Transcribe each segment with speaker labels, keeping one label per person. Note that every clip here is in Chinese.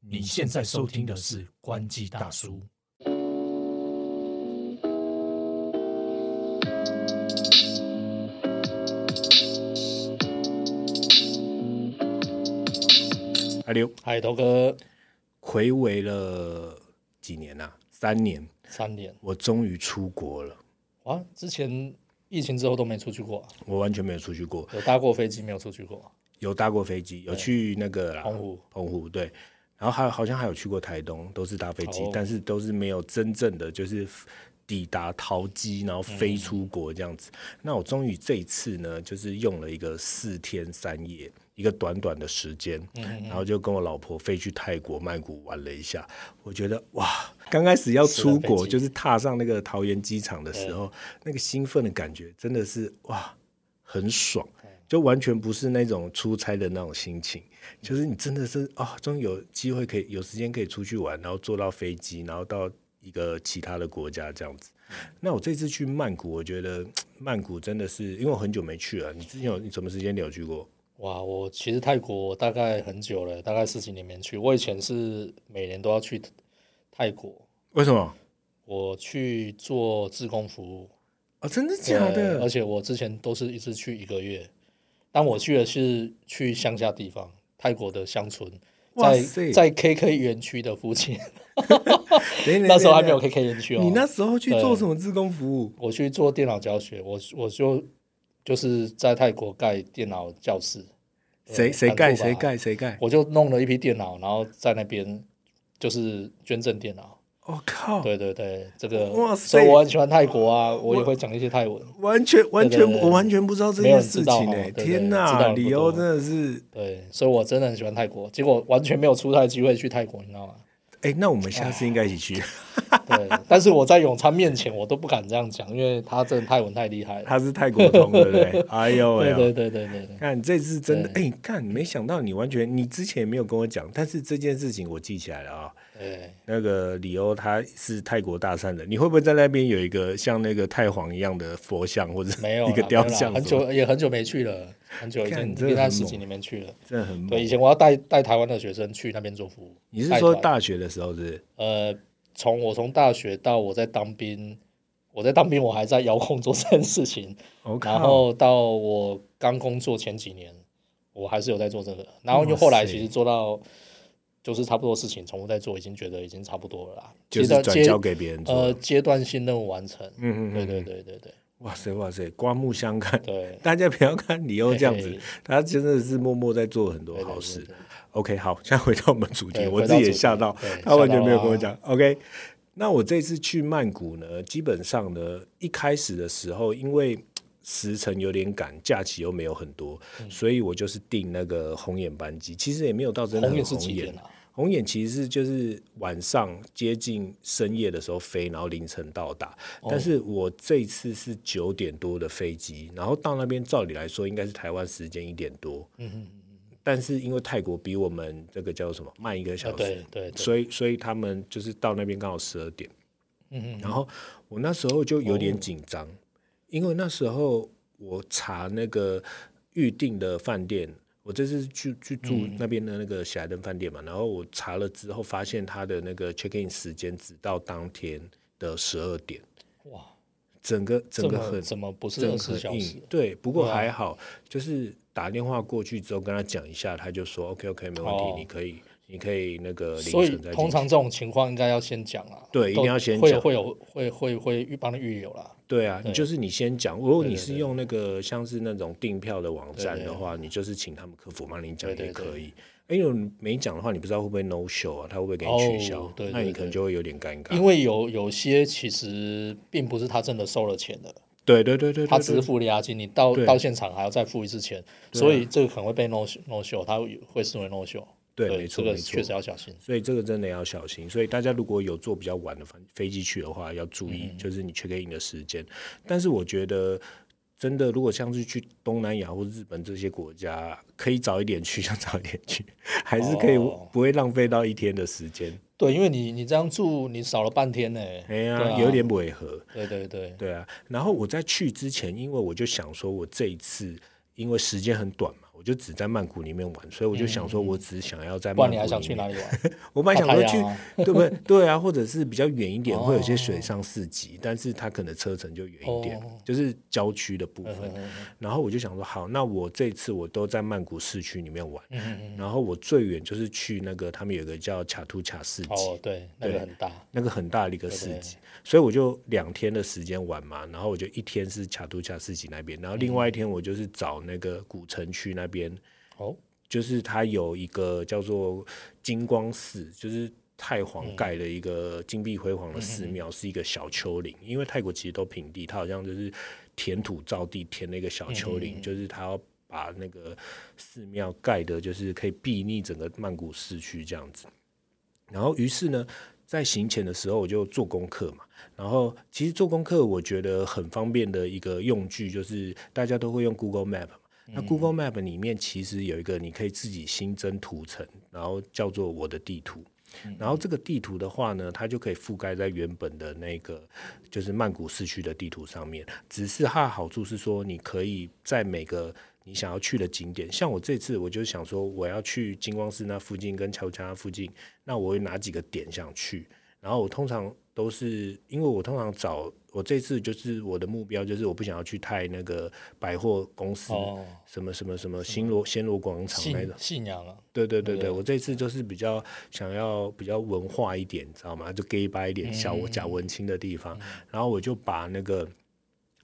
Speaker 1: 你现在收听的是《关机大叔》。
Speaker 2: 阿刘，
Speaker 3: 嗨，头哥，
Speaker 2: 回啊违了几年啊？三年，
Speaker 3: 三年
Speaker 2: 我终于出国了。
Speaker 3: 哇！之前疫情之后都没出去过啊、
Speaker 2: 我完全没有出去过，
Speaker 3: 有搭过飞机没有出去过啊、
Speaker 2: 有搭过飞机，有去那个啦
Speaker 3: 澎湖，
Speaker 2: 澎湖对，然后还有好像还有去过台东，都是搭飞机，
Speaker 3: 哦
Speaker 2: 但是都是没有真正的就是抵达桃机，然后飞出国这样子。那我终于这一次呢，就是用了一个四天三夜，一个短短的时间，
Speaker 3: 嗯
Speaker 2: 然后就跟我老婆飞去泰国曼谷玩了一下。我觉得哇，刚开始要出
Speaker 3: 私人
Speaker 2: 国，
Speaker 3: 飞机
Speaker 2: 就是踏上那个桃园机场的时候，那个兴奋的感觉真的是哇，很爽。就完全不是那种出差的那种心情，就是你真的是啊，终于有机会可以有时间可以出去玩，然后坐到飞机，然后到一个其他的国家这样子。
Speaker 3: 嗯
Speaker 2: 那我这次去曼谷，我觉得曼谷真的是因为我很久没去啊了。你之前有你什么时间你有去过？
Speaker 3: 哇，我其实泰国大概很久了，大概十几年没去。我以前是每年都要去泰国，
Speaker 2: 为什么？
Speaker 3: 我去做志工服务，
Speaker 2: 哦，真的假
Speaker 3: 对而
Speaker 2: 的？
Speaker 3: 且我之前都是一直去一个月，但我去的是去乡下地方，泰国的乡村，
Speaker 2: 哇
Speaker 3: 在
Speaker 2: 塞
Speaker 3: 在 KK 园区的附近，
Speaker 2: 等一 下
Speaker 3: 那时候还没有
Speaker 2: 等一
Speaker 3: KK 园区
Speaker 2: 下
Speaker 3: 哦。
Speaker 2: 你那时候去做什么志工服务？
Speaker 3: 我去做电脑教学，我我就就是在泰国盖电脑教室，
Speaker 2: 谁
Speaker 3: 对
Speaker 2: 谁盖谁，
Speaker 3: 很酷吧
Speaker 2: 盖谁盖？
Speaker 3: 我就弄了一批电脑，然后在那边就是捐赠电脑。
Speaker 2: 我、哦靠！
Speaker 3: 对对对，这个
Speaker 2: 哇塞
Speaker 3: 所以我很喜欢泰国啊，我也会讲一些泰文。
Speaker 2: 完全完全
Speaker 3: 对对对
Speaker 2: 我完全不知道这件事情
Speaker 3: 没有人知道
Speaker 2: 哎、
Speaker 3: 哦对对
Speaker 2: 天
Speaker 3: 知道的
Speaker 2: 哪，
Speaker 3: 不多
Speaker 2: 理由真的是
Speaker 3: 对，所以我真的很喜欢泰国，结果完全没有出差机会去泰国，你知道吗？
Speaker 2: 哎、那我们下次应该一 起去。
Speaker 3: 对，但是我在永昌面前我都不敢这样讲，因为他真的泰文太厉害了。
Speaker 2: 他是泰国通，对不 对？哎呦喂、
Speaker 3: 对对对对对对，
Speaker 2: 看这次真的，哎、看没想到你完全，你之前也没有跟我讲，但是这件事情我记起来了啊、
Speaker 3: 对
Speaker 2: 那个李欧他是泰国大善人，你会不会在那边有一个像那个太皇一样的佛像或者
Speaker 3: 没有
Speaker 2: 一个
Speaker 3: 啦
Speaker 2: 雕
Speaker 3: 没有啦
Speaker 2: 像
Speaker 3: 很
Speaker 2: 什么的？
Speaker 3: 久也很久没去了，很久已
Speaker 2: 干
Speaker 3: 经
Speaker 2: 真的
Speaker 3: 应该
Speaker 2: 很
Speaker 3: 十
Speaker 2: 猛
Speaker 3: 几年没去了。
Speaker 2: 真的很猛
Speaker 3: 对，。以前我要带带台湾的学生去那边做服务。
Speaker 2: 你是
Speaker 3: 带
Speaker 2: 说
Speaker 3: 团
Speaker 2: 大学的时候是不是？
Speaker 3: 呃，从我从大学到我在当兵，我在当兵我还在遥控做这件事情，
Speaker 2: 我哦靠
Speaker 3: 然后到我刚工作前几年，我还是有在做这个，然后又后来其实做到就是差不多事情重复在做，已经觉得已经差不多了啦，
Speaker 2: 就是
Speaker 3: 阶段
Speaker 2: 转
Speaker 3: 阶
Speaker 2: 交给别人做。
Speaker 3: 呃阶段性任务完成，
Speaker 2: 嗯嗯嗯
Speaker 3: 对对对对对
Speaker 2: 哇塞哇塞，刮目相看。
Speaker 3: 对，
Speaker 2: 大家不要看李欧这样
Speaker 3: 嘿
Speaker 2: 子
Speaker 3: 嘿，
Speaker 2: 他真的是默默在做很多
Speaker 3: 对
Speaker 2: 好
Speaker 3: 对
Speaker 2: 事
Speaker 3: 对。对
Speaker 2: OK，好，现在回到我们主题，
Speaker 3: 对
Speaker 2: 我
Speaker 3: 回
Speaker 2: 自
Speaker 3: 到
Speaker 2: 己也
Speaker 3: 主题
Speaker 2: 吓到
Speaker 3: 对，
Speaker 2: 他完
Speaker 3: 吓
Speaker 2: 全
Speaker 3: 到
Speaker 2: 没有跟我
Speaker 3: 啊
Speaker 2: 讲。OK，那我这次去曼谷呢，基本上呢，一开始的时候，因为时辰有点赶，假期又没有很多，
Speaker 3: 嗯
Speaker 2: 所以我就是订那个红眼班机，其实也没有到真的
Speaker 3: 红
Speaker 2: 很
Speaker 3: 眼是
Speaker 2: 红
Speaker 3: 几
Speaker 2: 眼
Speaker 3: 点。啊？
Speaker 2: 红眼其实是就是晚上接近深夜的时候飞，然后凌晨到达。
Speaker 3: 哦
Speaker 2: 但是我这一次是九点多的飞机，然后到那边照理来说应该是台湾时间一点多，
Speaker 3: 嗯嗯
Speaker 2: 但是因为泰国比我们这个叫什么慢一个
Speaker 3: 嗯，啊
Speaker 2: 小时，
Speaker 3: 对对对，
Speaker 2: 所以所以他们就是到那边刚好十二点。
Speaker 3: 嗯嗯哦
Speaker 2: 然后我那时候就有点紧张，因为那时候我查那个预定的饭店，我这次去去住
Speaker 3: 嗯
Speaker 2: 那边的那个喜来登饭店嘛，然后我查了之后发现他的那个 check in 时间只到当天的十二点，
Speaker 3: 嗯，哇，
Speaker 2: 整个整
Speaker 3: 这
Speaker 2: 个
Speaker 3: 么
Speaker 2: 很
Speaker 3: 怎么不是
Speaker 2: 整
Speaker 3: 二
Speaker 2: 个
Speaker 3: 十四
Speaker 2: 很
Speaker 3: 小时
Speaker 2: 硬？，对，不过
Speaker 3: 对啊
Speaker 2: 还好，就是打电话过去之后跟他讲一下，他就说 OK OK 没问题，
Speaker 3: 哦
Speaker 2: 你可以你可以那个凌
Speaker 3: 所以
Speaker 2: 晨再进
Speaker 3: 通
Speaker 2: 去
Speaker 3: 常。这种情况应该要先讲啊，
Speaker 2: 对一定
Speaker 3: 都
Speaker 2: 要先
Speaker 3: 会
Speaker 2: 讲
Speaker 3: 会有会会会预帮你预留啦。
Speaker 2: 对啊，你就是你先讲，如果
Speaker 3: 对
Speaker 2: 你
Speaker 3: 对
Speaker 2: 是
Speaker 3: 对
Speaker 2: 用那个像是那种订票的网站的
Speaker 3: 对对
Speaker 2: 话，你就是请他们客服帮你讲
Speaker 3: 对对
Speaker 2: 也
Speaker 3: 对
Speaker 2: 可以。哎，因为你没讲的话，你不知道会不会 no show 啊，他会不会给你取消
Speaker 3: 哦？对对
Speaker 2: 那你
Speaker 3: 对
Speaker 2: 可能就会有点尴尬
Speaker 3: 因。为有有些其实并不是他真的收了钱的，
Speaker 2: 对对对对，
Speaker 3: 他
Speaker 2: 对
Speaker 3: 只是付了押金，你到
Speaker 2: 对啊
Speaker 3: 到现场还要再付一次钱，所以这个可能会被 no show- no show，他会会视为 no show。
Speaker 2: 对没错
Speaker 3: 这个
Speaker 2: 没错
Speaker 3: 确实要小心。
Speaker 2: 所以这个真的要小心。所以大家如果有坐比较晚的飞飞机去的话，要注
Speaker 3: 嗯
Speaker 2: 意就是你 check in 的时间。但是我觉得。真的，如果像是去东南亚或日本这些国家，可以早一点去，就早一点去，还是可以
Speaker 3: 哦
Speaker 2: 不会浪费到一天的时间。
Speaker 3: 对，因为你你这样住，你少了半天呢。
Speaker 2: 哎呀、
Speaker 3: 对啊
Speaker 2: 有点违和。
Speaker 3: 对对对，
Speaker 2: 对啊，然后我在去之前，因为我就想说，我这一次因为时间很短嘛，我就只在曼谷里面玩，所以我就想说，我只想要在
Speaker 3: 嗯不
Speaker 2: 曼
Speaker 3: 然你
Speaker 2: 谷里
Speaker 3: 还
Speaker 2: 面。
Speaker 3: 想去哪里玩？
Speaker 2: 我本来想说去，
Speaker 3: 啊
Speaker 2: 对不对？对啊，或者是比较远一点，会有些水上市集，但是它可能车程就远一点，
Speaker 3: 哦
Speaker 2: 就是郊区的部分。
Speaker 3: 嗯嗯
Speaker 2: 然后我就想说，好，那我这次我都在曼谷市区里面玩，
Speaker 3: 嗯嗯嗯
Speaker 2: 然后我最远就是去那个他们有个叫卡图卡市集，
Speaker 3: 哦，对，那个很大，
Speaker 2: 那个很大的一个市
Speaker 3: 对
Speaker 2: 集，所以我就两天的时间玩嘛，然后我就一天是卡图卡市集那边，然后另
Speaker 3: 嗯
Speaker 2: 外一天我就是找那个古城区那边，
Speaker 3: 哦，
Speaker 2: 就是它有一个叫做金光寺，就是太皇盖的一个金碧辉煌的寺庙，是一个小丘陵。因为泰国其实都平地，它好像就是填土造地填了一个小丘陵，就是它要把那个寺庙盖的，就是可以避睨整个曼谷市区这样子。然后于是呢，在行前的时候我就做功课嘛。然后其实做功课我觉得很方便的一个用具就是大家都会用 Google Map 嘛。那 Google Map 里面其实有一个你可以自己新增图层，然后叫做我的地图。然后这个地图的话呢，它就可以覆盖在原本的那个就是曼谷市区的地图上面。只是它的好处是说，你可以在每个你想要去的景点，像我这次我就想说，我要去金光寺那附近跟乔家附近，那我有哪几个点想去？然后我通常都是因为我通常找我这次就是我的目标就是我不想要去太那个百货公司，
Speaker 3: 哦
Speaker 2: 什么什么什么哎新罗暹罗广场那种
Speaker 3: 信。信仰啊，
Speaker 2: 对对对对，我这次就是比较想要比较文化一点，你知道吗？就 gay 吧一点，小假文青的地方。然后我就把那个，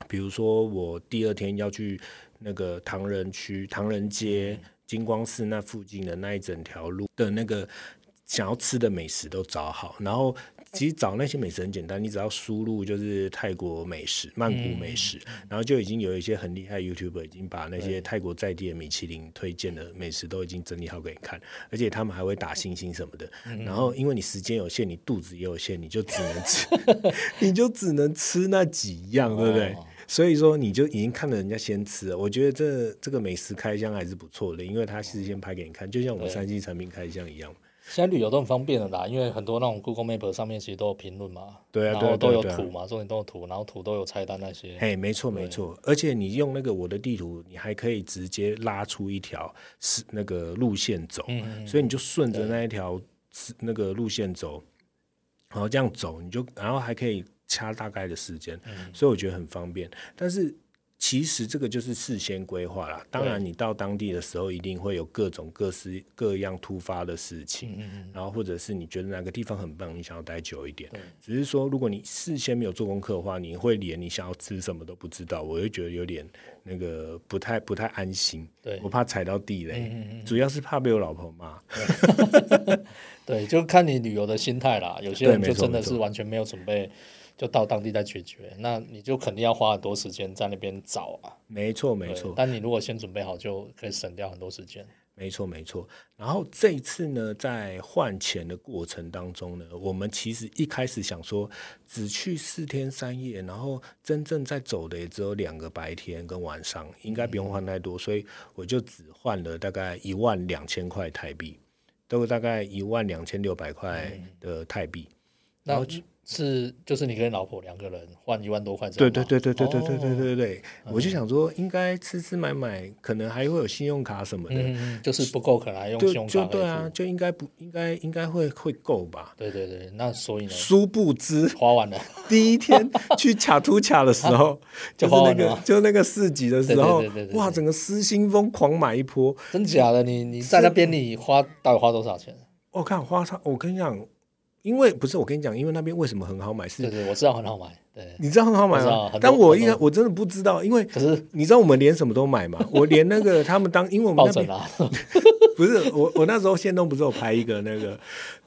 Speaker 2: 比如说我第二天要去那个唐人区、唐人街、金光寺那附近的那一整条路的那个想要吃的美食都找好，然后。其实找那些美食很简单，你只要输入就是泰国美食、曼谷美食，然后就已经有一些很厉害的 YouTuber 已经把那些泰国在地的米其林推荐的美食都已经整理好给你看，而且他们还会打星星什么的。然后因为你时间有限，你肚子也有限，你就只能吃， 你就只能吃那几样，对不对？
Speaker 3: 哦
Speaker 2: 所以说，你就已经看了人家先吃了。我觉得这这个美食开箱还是不错的，因为它事先拍给你看，就像我们三 C 产品开箱一样。
Speaker 3: 现在旅游都很方便的啦，因为很多那种 Google Map 上面其实都有评论嘛，
Speaker 2: 对啊
Speaker 3: 然
Speaker 2: 对啊
Speaker 3: 后都
Speaker 2: 对啊
Speaker 3: 有
Speaker 2: 对啊
Speaker 3: 图嘛，重点都有图，然后图都有菜单那些，
Speaker 2: 嘿，没错没错，而且你用那个我的地图，你还可以直接拉出一条是那个路线走，所以你就顺着那一条是那个路线走，然后这样走，你就然后还可以掐大概的时间，所以我觉得很方便。但是其实这个就是事先规划啦，当然你到当地的时候一定会有各种各式各样突发的事
Speaker 3: 嗯
Speaker 2: 情，然后或者是你觉得哪个地方很棒，你想要待久一点。只是说，如果你事先没有做功课的话，你会连你想要吃什么都不知道，我会觉得有点那个不太不太安心。
Speaker 3: 对嗯
Speaker 2: 我怕踩到地雷，主要是怕被我老婆骂。
Speaker 3: 对，就看你旅游的心态啦。有些人
Speaker 2: 对
Speaker 3: 就
Speaker 2: 没错
Speaker 3: 真的
Speaker 2: 没
Speaker 3: 是
Speaker 2: 错
Speaker 3: 完全没有准备，就到当地再解决，那你就肯定要花很多时间在那边找啊。
Speaker 2: 没错，没
Speaker 3: 对
Speaker 2: 错。
Speaker 3: 但你如果先准备好，就可以省掉很多时间。
Speaker 2: 没错，没错。然后这一次呢，在换钱的过程当中呢，我们其实一开始想说只去四天三夜，然后真正在走的也只有两个白天跟晚上，应该不用换太
Speaker 3: 嗯
Speaker 2: 多，所以我就只换了大概一万两千块台币，都大概一万两千六百块
Speaker 3: 嗯
Speaker 2: 的泰币。然
Speaker 3: 那
Speaker 2: 后
Speaker 3: 是就是你跟老婆两个人换一万多块这
Speaker 2: 对
Speaker 3: 样
Speaker 2: 对
Speaker 3: 吗，
Speaker 2: 对对对对对对
Speaker 3: 哦，
Speaker 2: 对对，我就想说应该吃吃买买，可能还会有信用卡什么的。
Speaker 3: 嗯，就是不够，可能还用信
Speaker 2: 就
Speaker 3: 用
Speaker 2: 就
Speaker 3: 卡
Speaker 2: 对
Speaker 3: 来
Speaker 2: 啊，
Speaker 3: 付
Speaker 2: 就应该不应该应该会会够吧？
Speaker 3: 对对对，那所以呢，
Speaker 2: 殊不知，
Speaker 3: 花完了，
Speaker 2: 第一天去卡图卡的时候，
Speaker 3: 就
Speaker 2: 就是那
Speaker 3: 花完了
Speaker 2: 个
Speaker 3: 吗
Speaker 2: 就那个市集的时候
Speaker 3: 对对对对，对
Speaker 2: 哇，整个失心疯狂买一波。
Speaker 3: 真假的？你你在那边你花到底花多少钱？
Speaker 2: 我看花超，我跟你讲，因为不是我跟你讲，因为那边为什么很好买
Speaker 3: 对
Speaker 2: 是，嗯
Speaker 3: 对，我知道很好买，对，
Speaker 2: 你知道很好买
Speaker 3: 我知道
Speaker 2: 吗
Speaker 3: 很多？
Speaker 2: 但我一
Speaker 3: 很多
Speaker 2: 我真的不知道，因为
Speaker 3: 可是
Speaker 2: 你知道我们连什么都买嘛，我连那个他们当，因为我们
Speaker 3: 抱
Speaker 2: 那
Speaker 3: 枕
Speaker 2: 边
Speaker 3: 啊，
Speaker 2: 不是我，我那时候线动不是有拍一个那个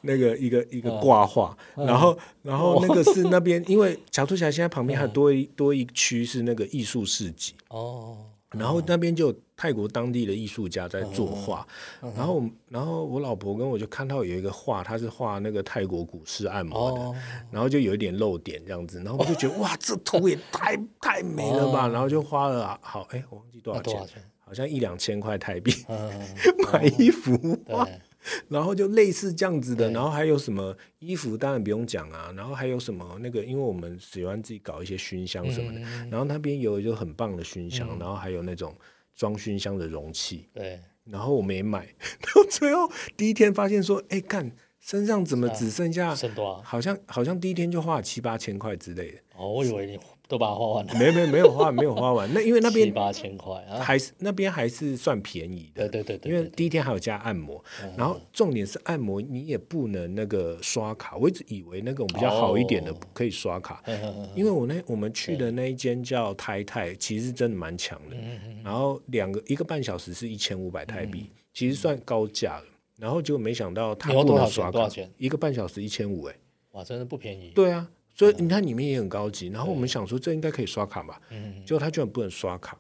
Speaker 2: 那个一个一个挂画，然后然后那个是那边，因为小兔侠现在旁边还多一多一区是那个艺术市集，
Speaker 3: 哦，
Speaker 2: 然后那边就有泰国当地的艺术家在作画，然后然后我老婆跟我就看到有一个画，他是画那个泰国古市按摩的，
Speaker 3: 哦
Speaker 2: 然后就有一点漏点这样子，然后我就觉得、哇，这图也太太美了吧，然后就花了好哎、我忘记多
Speaker 3: 那
Speaker 2: 少
Speaker 3: 啊多
Speaker 2: 钱
Speaker 3: 少，钱？
Speaker 2: 好像一两千块泰币
Speaker 3: 嗯，
Speaker 2: 买一幅画。
Speaker 3: 哦对，
Speaker 2: 然后就类似这样子的，
Speaker 3: 对
Speaker 2: 然后还有什么衣服，当然不用讲啊。然后还有什么那个，因为我们
Speaker 3: 嗯
Speaker 2: 喜欢自己搞一些熏香什么的，然后那边有就很棒的熏香，然后还有那种装熏香的容器，
Speaker 3: 对，
Speaker 2: 然后我没买， 到最后第一天发现说，哎干，身上怎么只剩下，
Speaker 3: 啊剩多少？
Speaker 2: 好像好像第一天就花了七八千块之类的，
Speaker 3: 哦，我以为你都把它花完了，
Speaker 2: 没没没有花没有花完，那因为那
Speaker 3: 七
Speaker 2: 边
Speaker 3: 八千块啊，
Speaker 2: 还是那边还是算便宜的
Speaker 3: 对，对对对，
Speaker 2: 因为
Speaker 3: 对哦
Speaker 2: 第一天还有加按摩，然后重点是按摩你也不能那个刷卡，我一直以为那种比较好一点的
Speaker 3: 哦
Speaker 2: 可以刷卡，
Speaker 3: 嗯嗯嗯嗯
Speaker 2: 因为我那我们去的那一间叫台泰，其实真的蛮强
Speaker 3: 嗯
Speaker 2: 的，然后两个一个半小时是一千五百泰币，其实算高价了。然后结果没想到他
Speaker 3: 嗯你要
Speaker 2: 不
Speaker 3: 多
Speaker 2: 能
Speaker 3: 少钱
Speaker 2: 刷
Speaker 3: 多
Speaker 2: 卡
Speaker 3: 少钱，
Speaker 2: 一个半小时一千五，哎，
Speaker 3: 哇，真的不便宜，
Speaker 2: 对啊，所
Speaker 3: 嗯
Speaker 2: 以你看里面也很高级。然后我们想说这应该可以刷卡吧，
Speaker 3: 嗯
Speaker 2: 结果他居然不能刷卡，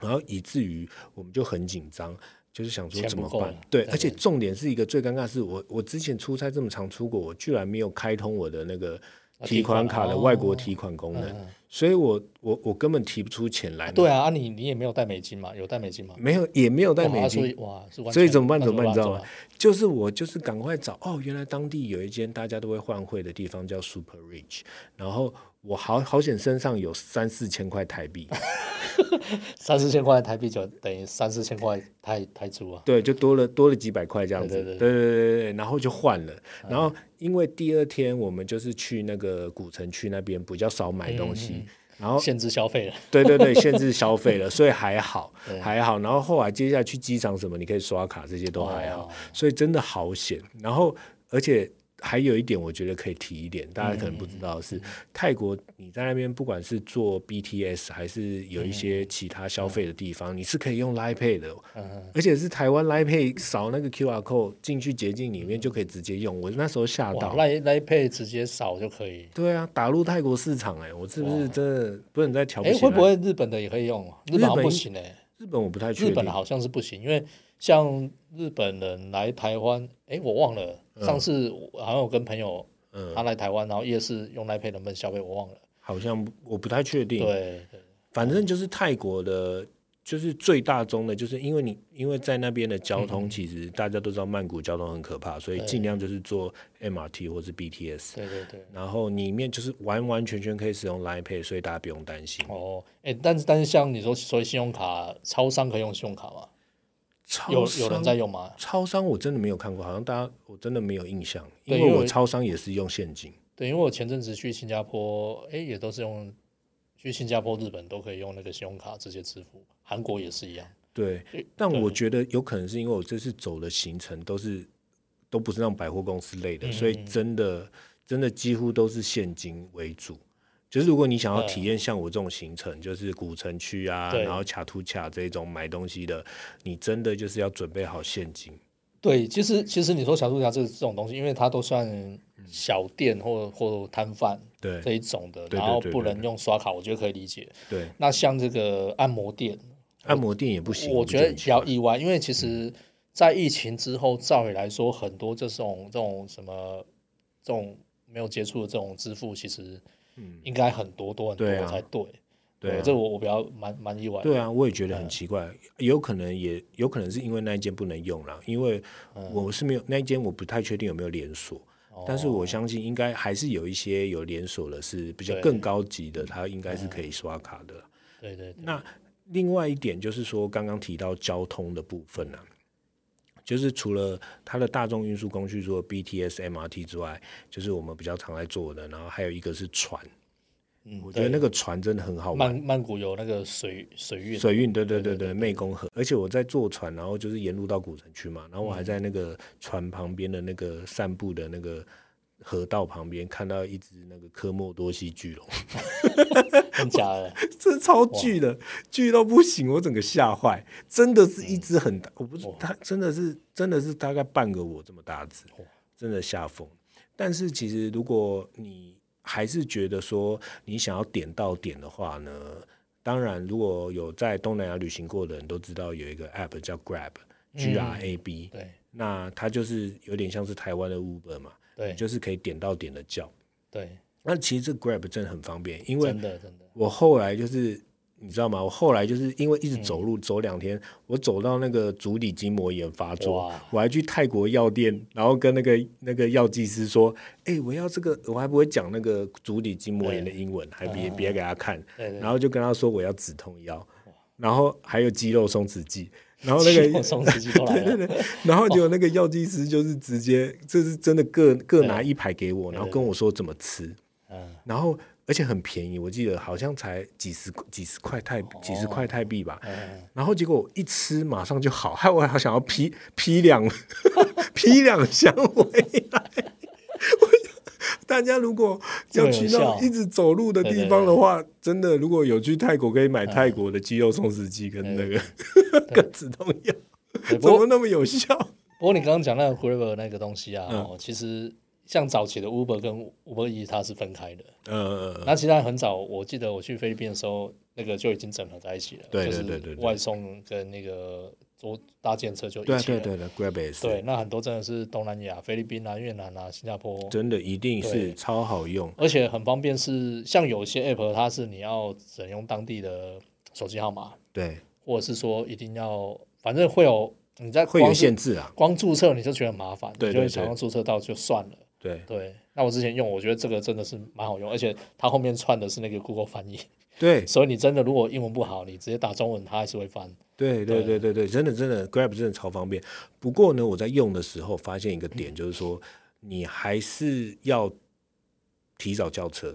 Speaker 2: 然后以至于我们就很紧张，就是想说
Speaker 3: 钱
Speaker 2: 怎
Speaker 3: 不
Speaker 2: 么
Speaker 3: 够
Speaker 2: 办
Speaker 3: 了？
Speaker 2: 对，
Speaker 3: 对
Speaker 2: 而且重点是一个最尴尬的是我我之前出差这么常出国，我居然没有开通我的那个
Speaker 3: 啊
Speaker 2: 提
Speaker 3: 提款
Speaker 2: 款卡的
Speaker 3: 哦
Speaker 2: 外国提款功能，所以我我我根本提不出钱来。
Speaker 3: 对，啊，啊你你也没有带美金嘛？有带美金吗？
Speaker 2: 没有也没有带美
Speaker 3: 哇啊
Speaker 2: 金
Speaker 3: 所以，哇，是完
Speaker 2: 所以
Speaker 3: 全
Speaker 2: 怎么办？
Speaker 3: 那
Speaker 2: 怎么办？你知道
Speaker 3: 怎
Speaker 2: 吗
Speaker 3: 么办？
Speaker 2: 就是我就是赶快找哦，原来当地有一间大家都会换汇的地方叫 Super Rich，然后我好好险身上有三四千块台币，
Speaker 3: 三四千块台币就等于三四千块泰泰铢啊，
Speaker 2: 对，就多了多了几百块这样子，
Speaker 3: 对对
Speaker 2: 对对
Speaker 3: 对
Speaker 2: 对对嗯对然后就换了，然后因为第二天我们就是去那个古城区那边比较少买东西。然后
Speaker 3: 限制消费了，
Speaker 2: 对对对，限制消费了，所以 还好，还好。然后后来接下来去机场什么，你可以刷卡，这些都还好，
Speaker 3: 哦
Speaker 2: 所以真的好险。然后而且还有一点，我觉得可以提一点，大家可能不知道
Speaker 3: 嗯
Speaker 2: 的是，泰国你在那边不管是坐 BTS 还是有一些其他消费的地方，你是可以用 Line Pay 的，哦
Speaker 3: 嗯
Speaker 2: 而且是台湾 Line Pay 扫那个 QR code 进去捷径里面就可以直接用。我那时候吓
Speaker 3: 哇，
Speaker 2: 到。
Speaker 3: 来来配直接扫就可以。
Speaker 2: 对啊，打入泰国市场哎、我是不是真的不能再瞧不
Speaker 3: 哎，
Speaker 2: 起来？
Speaker 3: 会不会日本的也可以用？日本好像不行哎，
Speaker 2: 日本我不太确
Speaker 3: 日
Speaker 2: 定。
Speaker 3: 本好像是不行，因为像日本人来台湾，哎，我忘了上次我好像有跟朋友
Speaker 2: 嗯
Speaker 3: 他来台湾，然后夜市用来配能不能消费，我忘了。
Speaker 2: 好像不我不太确定。
Speaker 3: 对，对
Speaker 2: 反正就是泰国的，就是最大宗的，就是因为你因为在那边的交通，
Speaker 3: 嗯
Speaker 2: 其实大家都知道曼谷交通很可怕，所以尽量就是坐 MRT 或是 BTS。
Speaker 3: 对对对。
Speaker 2: 然后里面就是完完全全可以使用 Line Pay，所以大家不用担心。
Speaker 3: 哦，哎，但是但是像你说，所以信用卡超商可以用信用卡吗？
Speaker 2: 超
Speaker 3: 有
Speaker 2: 商
Speaker 3: 有人在用吗？
Speaker 2: 超商，我真的没有看过，好像大家我真的没有印象，因
Speaker 3: 对
Speaker 2: 为
Speaker 3: 因为
Speaker 2: 我超商也是用现金。
Speaker 3: 对，因为我前阵子去新加坡，哎，也都是用去新加坡、日本都可以用那个信用卡直接支付，韩国也是一样。
Speaker 2: 对，但我觉得有可能是因为我这次走的行程都是都不是那种百货公司类的，所以
Speaker 3: 嗯
Speaker 2: 真的真的几乎都是现金为主。就是如果你想要体验像我这种行程，就是古城区啊，
Speaker 3: 对
Speaker 2: 然后卡图卡这种买东西的，你真的就是要准备好现金。
Speaker 3: 对，其实其实你说小猪侠这这种东西，因为它都算小店或或摊贩
Speaker 2: 嗯对
Speaker 3: 这一种的，
Speaker 2: 对
Speaker 3: 然后
Speaker 2: 对对
Speaker 3: 不
Speaker 2: 对
Speaker 3: 能用刷卡，我觉得可以理解。
Speaker 2: 对，
Speaker 3: 那像这个按摩店，
Speaker 2: 按摩店也不行，
Speaker 3: 我
Speaker 2: 不
Speaker 3: 觉得
Speaker 2: 很
Speaker 3: 比
Speaker 2: 奇
Speaker 3: 较
Speaker 2: 怪
Speaker 3: 意外，因为
Speaker 2: 嗯
Speaker 3: 其实，在疫情之后，照理来说，很多这种这种什么这种没有接触的这种支付，其实应该很多多很多
Speaker 2: 嗯对啊
Speaker 3: 才对。
Speaker 2: 对啊
Speaker 3: 这我我比较蛮蛮意外的。嗯
Speaker 2: 对啊，我也觉得很奇怪，有可能也有可能是因为那一间不能用啦，因为
Speaker 3: 嗯
Speaker 2: 我是没有那一间，我不太确定有没有连锁，
Speaker 3: 哦
Speaker 2: 但是我相信应该还是有一些有连锁的是比较
Speaker 3: 对
Speaker 2: 更高级的，它应该是可以刷卡的啦。
Speaker 3: 对对对，
Speaker 2: 那另外一点就是说，刚刚提到交通的部分啊，就是除了它的大众运输工具，除了 BTS、MRT 之外，就是我们比较常在坐的，然后还有一个是船，
Speaker 3: 嗯，
Speaker 2: 我觉得那个船真的很好
Speaker 3: 对
Speaker 2: 玩。
Speaker 3: 曼曼谷有那个水水域，
Speaker 2: 水运，对对对对，湄公河。而且我在坐船，然后就是沿路到古城区嘛，然后我还在那个船旁边的那个散步的那个河道旁边看到一只那个科莫多西巨龙，
Speaker 3: 真假的？
Speaker 2: 这超巨的，巨到不行，我整个吓坏，真的是一只很大，我不是它真的是真的是大概半个我这么大只，真的吓疯。但是其实如果你还是觉得说你想要点到点的话呢，当然如果有在东南亚旅行过的人都知道有一个 app 叫 Grab，G R A B，、
Speaker 3: 对
Speaker 2: 那它就是有点像是台湾的 Uber 嘛，
Speaker 3: 对
Speaker 2: 就是可以点到点的叫。
Speaker 3: 对，
Speaker 2: 那其实这 Grab 真的很方便，因为
Speaker 3: 真的真的，
Speaker 2: 我后来就是你知道吗？我后来就是因为一直
Speaker 3: 嗯
Speaker 2: 走路、走两天，我走到那个足底筋膜炎发作
Speaker 3: 哇，
Speaker 2: 我还去泰国药店，然后跟那个那个药剂师说：“哎、我要这个，我还不会讲那个足底筋膜炎的英文，还别别给他看。
Speaker 3: 啊对对
Speaker 2: 然后就跟他说我要止痛药。然后还有肌肉松弛剂，然后那
Speaker 3: 肌肉
Speaker 2: 个
Speaker 3: 松弛剂都来
Speaker 2: 对
Speaker 3: 了，
Speaker 2: 对对，然后就那个药剂师就是直接，这是真的各各拿一排给我，然后跟我说怎么吃，
Speaker 3: 嗯，
Speaker 2: 然后而且很便宜，我记得好像才几十几十块泰几十块泰币吧，
Speaker 3: 嗯
Speaker 2: 然后结果我一吃马上就好，害我好想要批批两 批两箱回来。 我大家如果要去
Speaker 3: 这
Speaker 2: 那
Speaker 3: 么有
Speaker 2: 种
Speaker 3: 效
Speaker 2: 一直走路的地方的话，真的如果有去泰国，可以买
Speaker 3: 嗯
Speaker 2: 泰国的鸡肉松弛鸡跟那个跟止痛药，
Speaker 3: 对不
Speaker 2: 怎么
Speaker 3: 过
Speaker 2: 那么有效？
Speaker 3: 不过你刚刚讲那个 Grab 那个东西啊，
Speaker 2: 嗯
Speaker 3: 哦，其实像早期的 Uber 跟 Uber E 它是分开的，
Speaker 2: 呃，
Speaker 3: 那其实它很早，我记得我去菲律宾的时候，那个就已经整合在一起了，
Speaker 2: 对
Speaker 3: 就是
Speaker 2: 对对对对
Speaker 3: 外送跟那个坐搭建车就一起
Speaker 2: 对
Speaker 3: 了
Speaker 2: 啊，对啊对啊对啊，Grab 也
Speaker 3: 对
Speaker 2: 是，
Speaker 3: 那很多真的是东南亚、菲律宾啊、越南啊、新加坡，
Speaker 2: 真的一定是
Speaker 3: 对
Speaker 2: 超好用。
Speaker 3: 而且很方便是，像有些 app 它是你要只能用当地的手机号码，
Speaker 2: 对，
Speaker 3: 或者是说一定要，反正会有你在
Speaker 2: 会有
Speaker 3: 光是
Speaker 2: 限制啊。
Speaker 3: 光注册你就觉得很麻烦，
Speaker 2: 对对
Speaker 3: 你就会
Speaker 2: 对
Speaker 3: 想要注册到就算了。
Speaker 2: 对
Speaker 3: 对，那我之前用，我觉得这个真的是蛮好用，而且它后面串的是那个 Google 翻译，
Speaker 2: 对，
Speaker 3: 所以你真的如果英文不好，你直接打中文，它还是会翻。
Speaker 2: 对对
Speaker 3: 对
Speaker 2: 对对对，真的真的，Grab 真的超方便。不过呢，我在用的时候发现一个点，就是说你还是要提早叫车，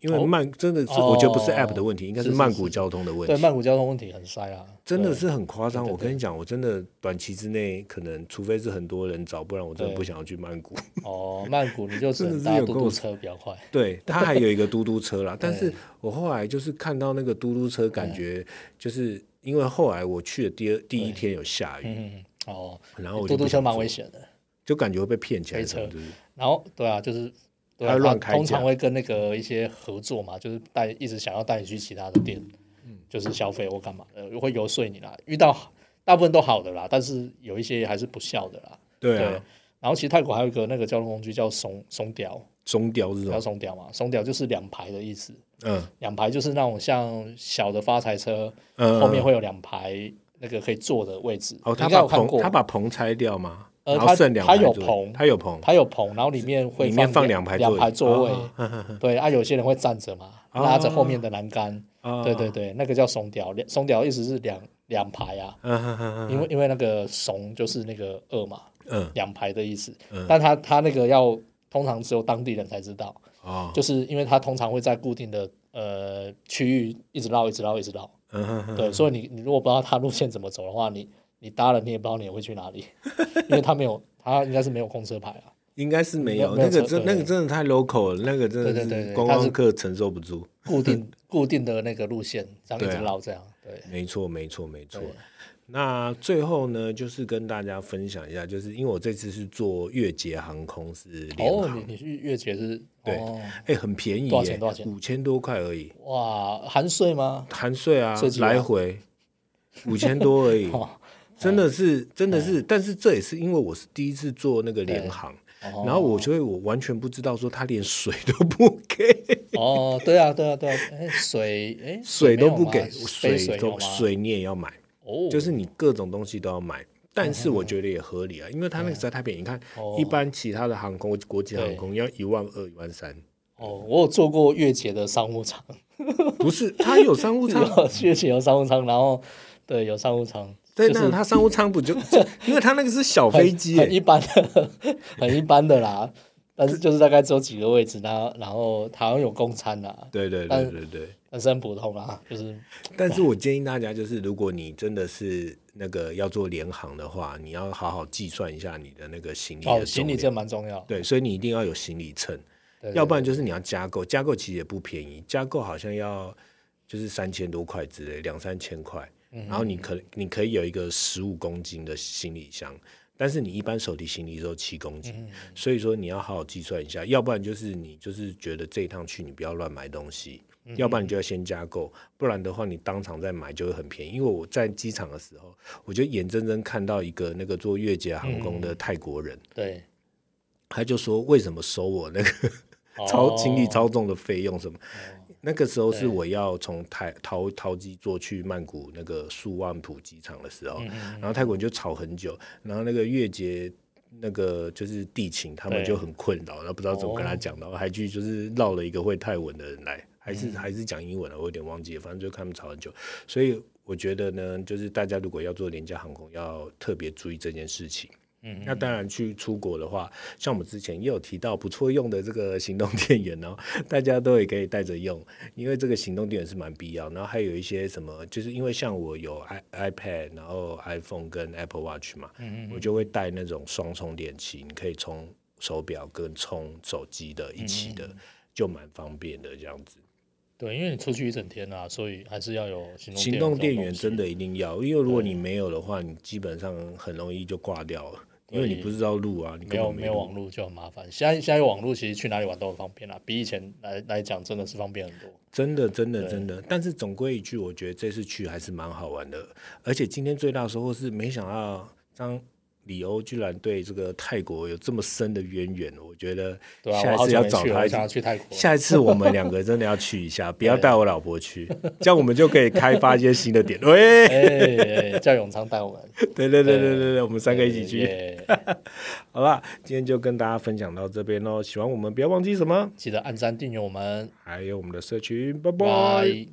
Speaker 2: 因为
Speaker 3: 哦
Speaker 2: 曼、真的是、
Speaker 3: 哦
Speaker 2: 我觉得不是 App 的问题，应该是
Speaker 3: 是是
Speaker 2: 曼谷交通的问题。
Speaker 3: 对，曼谷交通问题很塞啊，
Speaker 2: 真的
Speaker 3: 对
Speaker 2: 是很夸张，
Speaker 3: 对对
Speaker 2: 我跟你讲，我真的短期之内可能，除非是很多人找，不然我真的
Speaker 3: 对
Speaker 2: 不想要去曼谷。
Speaker 3: 哦，曼谷 你就只
Speaker 2: 真
Speaker 3: 能
Speaker 2: 的是
Speaker 3: 搭
Speaker 2: 有
Speaker 3: 嘟
Speaker 2: 够
Speaker 3: 嘟车比较快。
Speaker 2: 对，它还有一个嘟嘟车 啦，但是
Speaker 3: 对
Speaker 2: 我后来就是看到那个嘟嘟车，感觉就是因为后来我去的第二第一天有下雨，
Speaker 3: 嗯，哦，
Speaker 2: 然后我就
Speaker 3: 嘟嘟
Speaker 2: 不
Speaker 3: 车
Speaker 2: 想
Speaker 3: 蛮
Speaker 2: 坐
Speaker 3: 危险的。
Speaker 2: 就感觉会被骗钱，
Speaker 3: 飞车
Speaker 2: 对不对？
Speaker 3: 然后对啊，就是对
Speaker 2: 他
Speaker 3: 啊，
Speaker 2: 会乱
Speaker 3: 他
Speaker 2: 开
Speaker 3: 通
Speaker 2: 价
Speaker 3: 常会跟那个一些合作嘛，就是带一直想要带你去其他的店，
Speaker 2: 嗯
Speaker 3: 就是消费或干嘛的，会游说你啦。遇到大部分都好的啦，但是有一些还是不孝的啦。
Speaker 2: 对啊，
Speaker 3: 然后其实泰国还有一个那个交通工具叫松松雕，
Speaker 2: 中雕这
Speaker 3: 叫
Speaker 2: 种，
Speaker 3: 松雕嘛，松雕就是两排的意思，
Speaker 2: 嗯
Speaker 3: 两排就是那种像小的发财车，
Speaker 2: 嗯，
Speaker 3: 后面
Speaker 2: 嗯
Speaker 3: 会有两排那个可以坐的位置。
Speaker 2: 哦，
Speaker 3: 你
Speaker 2: 他
Speaker 3: 应该
Speaker 2: 把
Speaker 3: 有看
Speaker 2: 棚
Speaker 3: 过，
Speaker 2: 他把棚拆掉吗？
Speaker 3: 呃
Speaker 2: 然后
Speaker 3: 他
Speaker 2: 剩两
Speaker 3: 他
Speaker 2: 排
Speaker 3: 有
Speaker 2: 座椅
Speaker 3: 棚
Speaker 2: 他有棚，
Speaker 3: 它有棚，然后里面会
Speaker 2: 里面放两
Speaker 3: 两
Speaker 2: 排座椅
Speaker 3: 两排座位，
Speaker 2: 哦
Speaker 3: 对啊，有些人会站着嘛，
Speaker 2: 哦
Speaker 3: 拉着后面的栏杆，
Speaker 2: 哦
Speaker 3: 对对，对，那个叫怂屌，两怂屌意思是两两排啊，
Speaker 2: 嗯哼哼哼
Speaker 3: 因为因为那个怂就是那个二嘛，
Speaker 2: 嗯
Speaker 3: 两排的意思，
Speaker 2: 嗯
Speaker 3: 但他他那个要通常只有当地人才知道，
Speaker 2: 哦，
Speaker 3: 就是因为他通常会在固定的呃区域一直绕一直绕一直绕，
Speaker 2: 嗯哼哼
Speaker 3: 对，所以你你如果不知道他路线怎么走的话，你你搭了你也不知道你会去哪里，因为他没有他应该是没有空车牌啊。
Speaker 2: 应该是没有
Speaker 3: 没
Speaker 2: 那
Speaker 3: 有
Speaker 2: 个
Speaker 3: 车
Speaker 2: 真
Speaker 3: 对
Speaker 2: 那个真的太 local 了，那个真
Speaker 3: 对对
Speaker 2: 的
Speaker 3: 对
Speaker 2: 是
Speaker 3: 对
Speaker 2: 观
Speaker 3: 它
Speaker 2: 光
Speaker 3: 是
Speaker 2: 客承受不住。
Speaker 3: 固 定固定的那个路线，这样一直绕这样，对
Speaker 2: 没错，没错，没错
Speaker 3: 对。
Speaker 2: 那最后呢，就是跟大家分享一下，就是因为我这次是坐越捷航空是联
Speaker 3: 哦，
Speaker 2: 航
Speaker 3: 你，你去越捷是？
Speaker 2: 对
Speaker 3: 哦，
Speaker 2: 哎，很便宜耶，
Speaker 3: 多少钱多少钱
Speaker 2: 五千多块而已，
Speaker 3: 哇，含税吗？
Speaker 2: 含税啊
Speaker 3: 设，计吗
Speaker 2: 来回五千多而已。
Speaker 3: 哦，哎
Speaker 2: 真的是，真的是，但是这也是因为我是第一次做那个联航，然
Speaker 3: 然
Speaker 2: 后我就会我完全不知道说他连水都不给，
Speaker 3: 哦，对啊，对啊，对啊，哎， 水，哎，
Speaker 2: 水都
Speaker 3: 没有
Speaker 2: 不
Speaker 3: 吗
Speaker 2: 给，
Speaker 3: 非水有
Speaker 2: 都
Speaker 3: 吗
Speaker 2: 水你也要买，
Speaker 3: 哦，嗯
Speaker 2: 就是你各种东西都要买。但是我觉得也合理啊，因为他那个实在太便宜，你看
Speaker 3: 哦
Speaker 2: 一般其他的航空国际航空要一万二、一万三，
Speaker 3: 哦，我有做过越捷的商务舱，
Speaker 2: 不是它有 商务舱，
Speaker 3: 有越捷有商务舱，然后对有商务舱，
Speaker 2: 对，那它商务舱不就， 就因为它那个是小
Speaker 3: 很
Speaker 2: 飞机耶，
Speaker 3: 很一般的， 很一般的啦。但是就是大概只有几个位置，然后然后好像有供餐啦，
Speaker 2: 对对对
Speaker 3: 但
Speaker 2: 对对。
Speaker 3: 但是很普通啦，就是
Speaker 2: 但是我建议大家，就是如果你真的是那个要做联航的话，你要好好计算一下你的那个行李的
Speaker 3: 哦，
Speaker 2: 重
Speaker 3: 行李
Speaker 2: 量。
Speaker 3: 这蛮重要。
Speaker 2: 对，所以你一定要有行李秤，
Speaker 3: 对
Speaker 2: 要不然就是你要加购，加购其实也不便宜，加购好像要就是三千多块之类，两三千块。
Speaker 3: 嗯
Speaker 2: 然后你可你可以有一个十五公斤的行李箱，但是你一般手提行李只有七公斤，
Speaker 3: 嗯
Speaker 2: 所以说你要好好计算一下，要不然就是你就是觉得这一趟去你不要乱买东西，
Speaker 3: 嗯
Speaker 2: 要不然你就要先加购，不然的话你当场再买就会很便宜。因为我在机场的时候，我就眼睁睁看到一个那个坐越捷航空的
Speaker 3: 嗯
Speaker 2: 泰国人，
Speaker 3: 对，
Speaker 2: 他就说为什么收我那个 超行李
Speaker 3: 哦
Speaker 2: 超重的费用什么？那个时候是我要从台桃桃机坐去曼谷那个素万普机场的时候，然后泰国人就吵很久，然后那个越捷。那个就是地勤，他们
Speaker 3: 对
Speaker 2: 就很困扰，然后不知道怎么跟他讲，然后还去就是绕嗯啊了一个会泰文的人来，还是、还是讲英文了，我有点忘记了，反正就看他们吵很久。所以我觉得呢，就是大家如果要做廉价航空，要特别注意这件事情。嗯，那当然去出国的话，像我们之前也有提到不错用的这个行动电源哦，大家都也可以带着用，因为这个行动电源是蛮必要。然后还有一些什么，就是因为像我有 i iPad，然后 iPhone 跟 Apple Watch 嘛，
Speaker 3: 嗯
Speaker 2: 我就会带那种双充电器，你可以充手表跟充手机的一起
Speaker 3: 嗯
Speaker 2: 的，就蛮方便的这样子。
Speaker 3: 对，因为你出去一整天啊，所以还是要有行动
Speaker 2: 行动
Speaker 3: 电
Speaker 2: 电
Speaker 3: 源
Speaker 2: 源
Speaker 3: 这种东西
Speaker 2: 真的一定要，因为如果你没有的话，你基本上很容易就挂掉了，因为你不知道路啊，你
Speaker 3: 没
Speaker 2: 根
Speaker 3: 有
Speaker 2: 本
Speaker 3: 没有
Speaker 2: 有
Speaker 3: 网络就很麻烦。现在现在有网络，其实去哪里玩都很方便啦，比以前来来讲真的是方便很多。
Speaker 2: 真的，真的，真的。但是总归一句，我觉得这次去还是蛮好玩的。而且今天最大的收获是，没想到张李欧居然对这个泰国有这么深的渊源。我觉得
Speaker 3: 对啊，我
Speaker 2: 下一
Speaker 3: 好
Speaker 2: 次
Speaker 3: 久
Speaker 2: 要
Speaker 3: 没
Speaker 2: 找
Speaker 3: 去了，
Speaker 2: 他
Speaker 3: 我
Speaker 2: 一起
Speaker 3: 想要去泰国。
Speaker 2: 下一次我们两个真的要去一下，不要带我老婆去，这样我们就可以开发一些新的点。喂，
Speaker 3: 哎、哎叫永昌带我们，哎
Speaker 2: 对对对对对对，我们 三个一起去。
Speaker 3: 耶
Speaker 2: 好啦，今天就跟大家分享到这边喽。喜欢我们，不要忘记什么，
Speaker 3: 记得按赞订阅我们，
Speaker 2: 还有我们的社群，拜拜。
Speaker 3: 拜。